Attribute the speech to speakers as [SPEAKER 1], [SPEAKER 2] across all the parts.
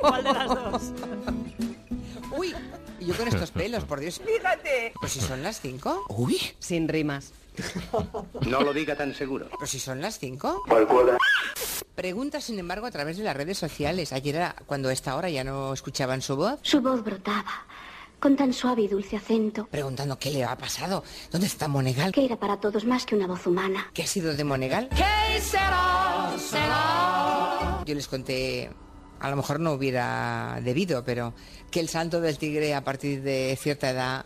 [SPEAKER 1] ¿Cuál de las dos?
[SPEAKER 2] Uy, y yo con estos pelos, por Dios.
[SPEAKER 1] Fíjate.
[SPEAKER 2] Pues si son las 5. Uy,
[SPEAKER 3] Sin rimas.
[SPEAKER 4] No lo diga tan seguro.
[SPEAKER 2] pues si son las 5.
[SPEAKER 4] Cualquiera.
[SPEAKER 2] Pregunta, sin embargo, a través de las redes sociales. Ayer, era- cuando a esta hora ya no escuchaban su voz,
[SPEAKER 5] Su voz brotaba, con tan suave y dulce acento,
[SPEAKER 2] preguntando qué le ha pasado, dónde está Monegal,
[SPEAKER 5] que era para todos más que una voz humana.
[SPEAKER 2] qué ha sido de Monegal. Yo les conté, a lo mejor no hubiera debido, pero que el santo del tigre a partir de cierta edad...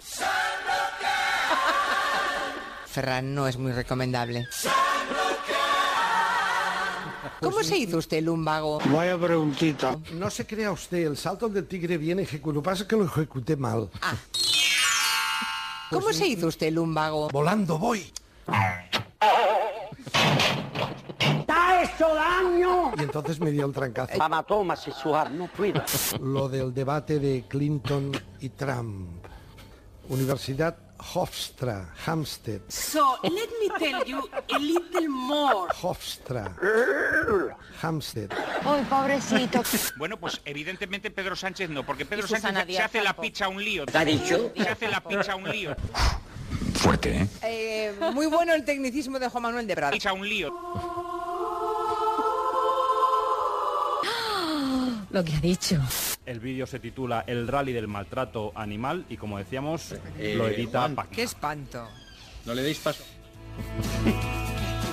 [SPEAKER 2] Ferran no es muy recomendable. ¿Cómo se hizo usted lumbago?
[SPEAKER 6] Vaya preguntita.
[SPEAKER 7] No se crea usted, el salto del tigre bien ejecutado. Lo que pasa es que lo ejecuté mal.
[SPEAKER 2] ¿Cómo se hizo usted lumbago?
[SPEAKER 7] Volando voy.
[SPEAKER 1] ¡Está hecho daño!
[SPEAKER 7] Y entonces me dio el trancazo.
[SPEAKER 4] Mamatoma sexual, no pueda.
[SPEAKER 7] Lo del debate de Clinton y Trump. Universidad Hofstra, Hampstead.
[SPEAKER 1] So, let me tell you a little more.
[SPEAKER 7] Hofstra, Hampstead.
[SPEAKER 3] Uy, pobrecito.
[SPEAKER 8] Bueno, pues evidentemente Pedro Sánchez no, porque Pedro
[SPEAKER 3] Y
[SPEAKER 8] Sánchez
[SPEAKER 3] Susana
[SPEAKER 8] se
[SPEAKER 3] Díaz
[SPEAKER 8] hace la
[SPEAKER 3] Campo.
[SPEAKER 8] picha un lío.
[SPEAKER 4] ¿Te ha dicho?
[SPEAKER 8] Se hace la picha un lío.
[SPEAKER 9] Fuerte, ¿eh?
[SPEAKER 2] Eh, muy bueno el tecnicismo de Juan Manuel de Prada.
[SPEAKER 8] Picha un lío.
[SPEAKER 3] Lo que ha dicho.
[SPEAKER 10] El vídeo se titula El rally del maltrato animal y como decíamos,
[SPEAKER 9] Eh,
[SPEAKER 10] lo edita Pac.
[SPEAKER 2] ¡Qué espanto!
[SPEAKER 9] No le deis paso.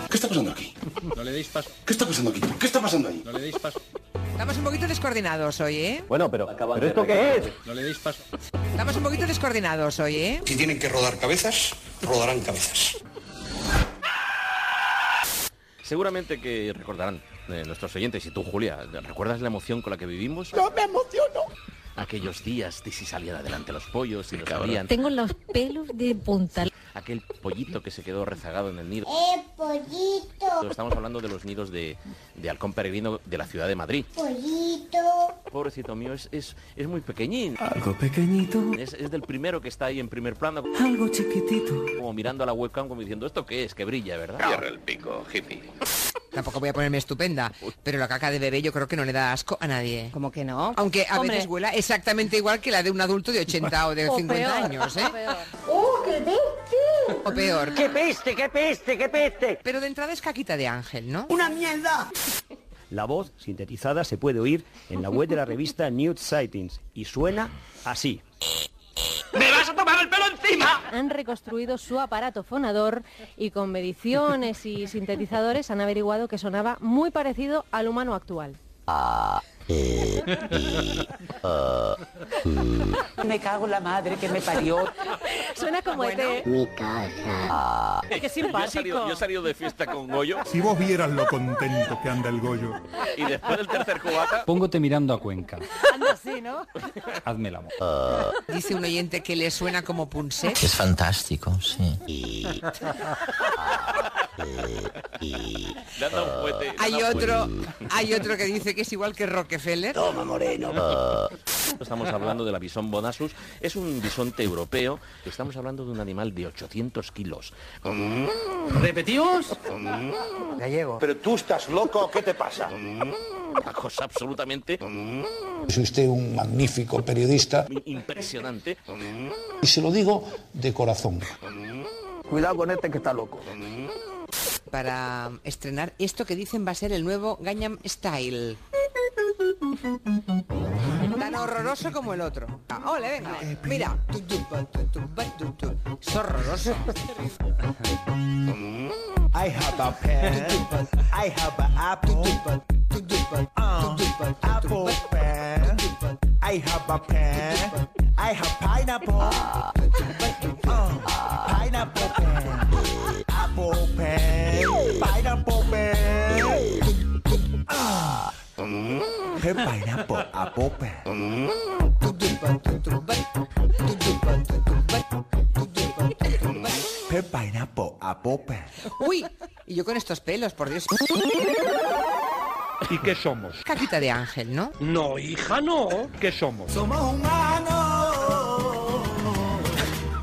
[SPEAKER 9] ¿Qué está pasando aquí? No le deis paso. ¿Qué está pasando aquí? ¿Qué está pasando ahí? No le deis paso.
[SPEAKER 2] Estamos un poquito descoordinados hoy, ¿eh?
[SPEAKER 10] Bueno, pero, ¿pero esto qué es?
[SPEAKER 9] No le deis paso.
[SPEAKER 2] Estamos un poquito descoordinados hoy, ¿eh?
[SPEAKER 9] Si tienen que rodar cabezas, rodarán cabezas.
[SPEAKER 4] Seguramente que recordarán eh, nuestros oyentes, y tú, Julia, ¿recuerdas la emoción con la que vivimos?
[SPEAKER 6] No me emociono.
[SPEAKER 4] Aquellos días de si salían adelante los pollos y los abrían.
[SPEAKER 3] Tengo los pelos de punta.
[SPEAKER 4] Aquel pollito que se quedó rezagado en el nido.
[SPEAKER 5] ¡Eh, pollito!
[SPEAKER 4] Estamos hablando de los nidos de, de halcón peregrino de la ciudad de Madrid.
[SPEAKER 5] ¡Pollito!
[SPEAKER 4] Pobrecito mío, es, es, es muy pequeñín.
[SPEAKER 6] Algo pequeñito,
[SPEAKER 4] Es, es del primero que está ahí en primer plano,
[SPEAKER 6] algo chiquitito.
[SPEAKER 4] como mirando a la webcam, como diciendo, ¿esto qué es? Que brilla, ¿verdad?
[SPEAKER 9] Cierra el pico, hippie.
[SPEAKER 2] Tampoco voy a ponerme estupenda, pero la caca de bebé yo creo que no le da asco a nadie.
[SPEAKER 3] Como que no.
[SPEAKER 2] Aunque a
[SPEAKER 3] Hombre,
[SPEAKER 2] veces huela exactamente igual que la de un adulto de 80 o de
[SPEAKER 3] o
[SPEAKER 2] 50
[SPEAKER 3] peor,
[SPEAKER 2] años,
[SPEAKER 3] o
[SPEAKER 2] ¿eh?
[SPEAKER 3] peor.
[SPEAKER 5] ¡Oh, qué bestia!
[SPEAKER 2] O peor.
[SPEAKER 1] ¡Qué peste, qué peste, qué peste!
[SPEAKER 2] Pero de entrada es caquita de ángel, ¿no?
[SPEAKER 1] ¡Una mierda!
[SPEAKER 10] La voz sintetizada se puede oír en la web de la revista Nude Sightings y suena así.
[SPEAKER 3] Han reconstruido su aparato fonador y con mediciones y sintetizadores han averiguado que sonaba muy parecido al humano actual.
[SPEAKER 1] Me cago en la madre que me parió.
[SPEAKER 3] Suena como E ET.
[SPEAKER 5] Mi casa.
[SPEAKER 1] ¡Qué
[SPEAKER 4] Yo he, salido, yo he
[SPEAKER 1] simpático!
[SPEAKER 4] salido de fiesta con Goyo
[SPEAKER 6] Si vos vieras lo contento que anda el Goyo.
[SPEAKER 4] y después del tercer cubata...
[SPEAKER 10] Póngote mirando a Cuenca.
[SPEAKER 1] Anda así, ¿no?
[SPEAKER 10] Hazme el amor.
[SPEAKER 2] Dice un oyente que le suena como punset.
[SPEAKER 11] Es fantástico, sí.
[SPEAKER 4] Le han dado un cohete, le han
[SPEAKER 2] Hay
[SPEAKER 4] dado un
[SPEAKER 2] otro, hay otro que dice que es igual que Rockefeller.
[SPEAKER 4] Estamos hablando del bisón bonasus. Es un bisonte europeo. Estamos hablando de un animal de 800 kilos.
[SPEAKER 10] Mm. ¿Repetimos?
[SPEAKER 2] Gallego.
[SPEAKER 9] Pero tú estás loco, ¿qué te pasa?
[SPEAKER 4] Una cosa absolutamente
[SPEAKER 6] Es
[SPEAKER 9] Este
[SPEAKER 6] usted un magnífico periodista
[SPEAKER 4] impresionante.
[SPEAKER 6] y se lo digo de corazón.
[SPEAKER 9] Cuidado con este que está loco.
[SPEAKER 2] Para estrenar esto que dicen va a ser el nuevo Gangnam Style. Tan horroroso como el otro. Ah, ole, venga. Mira. Es horroroso.
[SPEAKER 6] I have a pen. I have an apple. Uh, apple pen. I have a pen. I have pineapple. Uh, pineapple pen. Apple pen. Pineapple pen. Ah. Her pineapple apple pen. Her pineapple apple pen.
[SPEAKER 2] Uy, y yo con estos pelos, por Dios.
[SPEAKER 10] ¿Y qué somos?
[SPEAKER 2] Caquita de ángel, ¿no?
[SPEAKER 10] No, hija, no. ¿Qué somos?
[SPEAKER 6] Somos un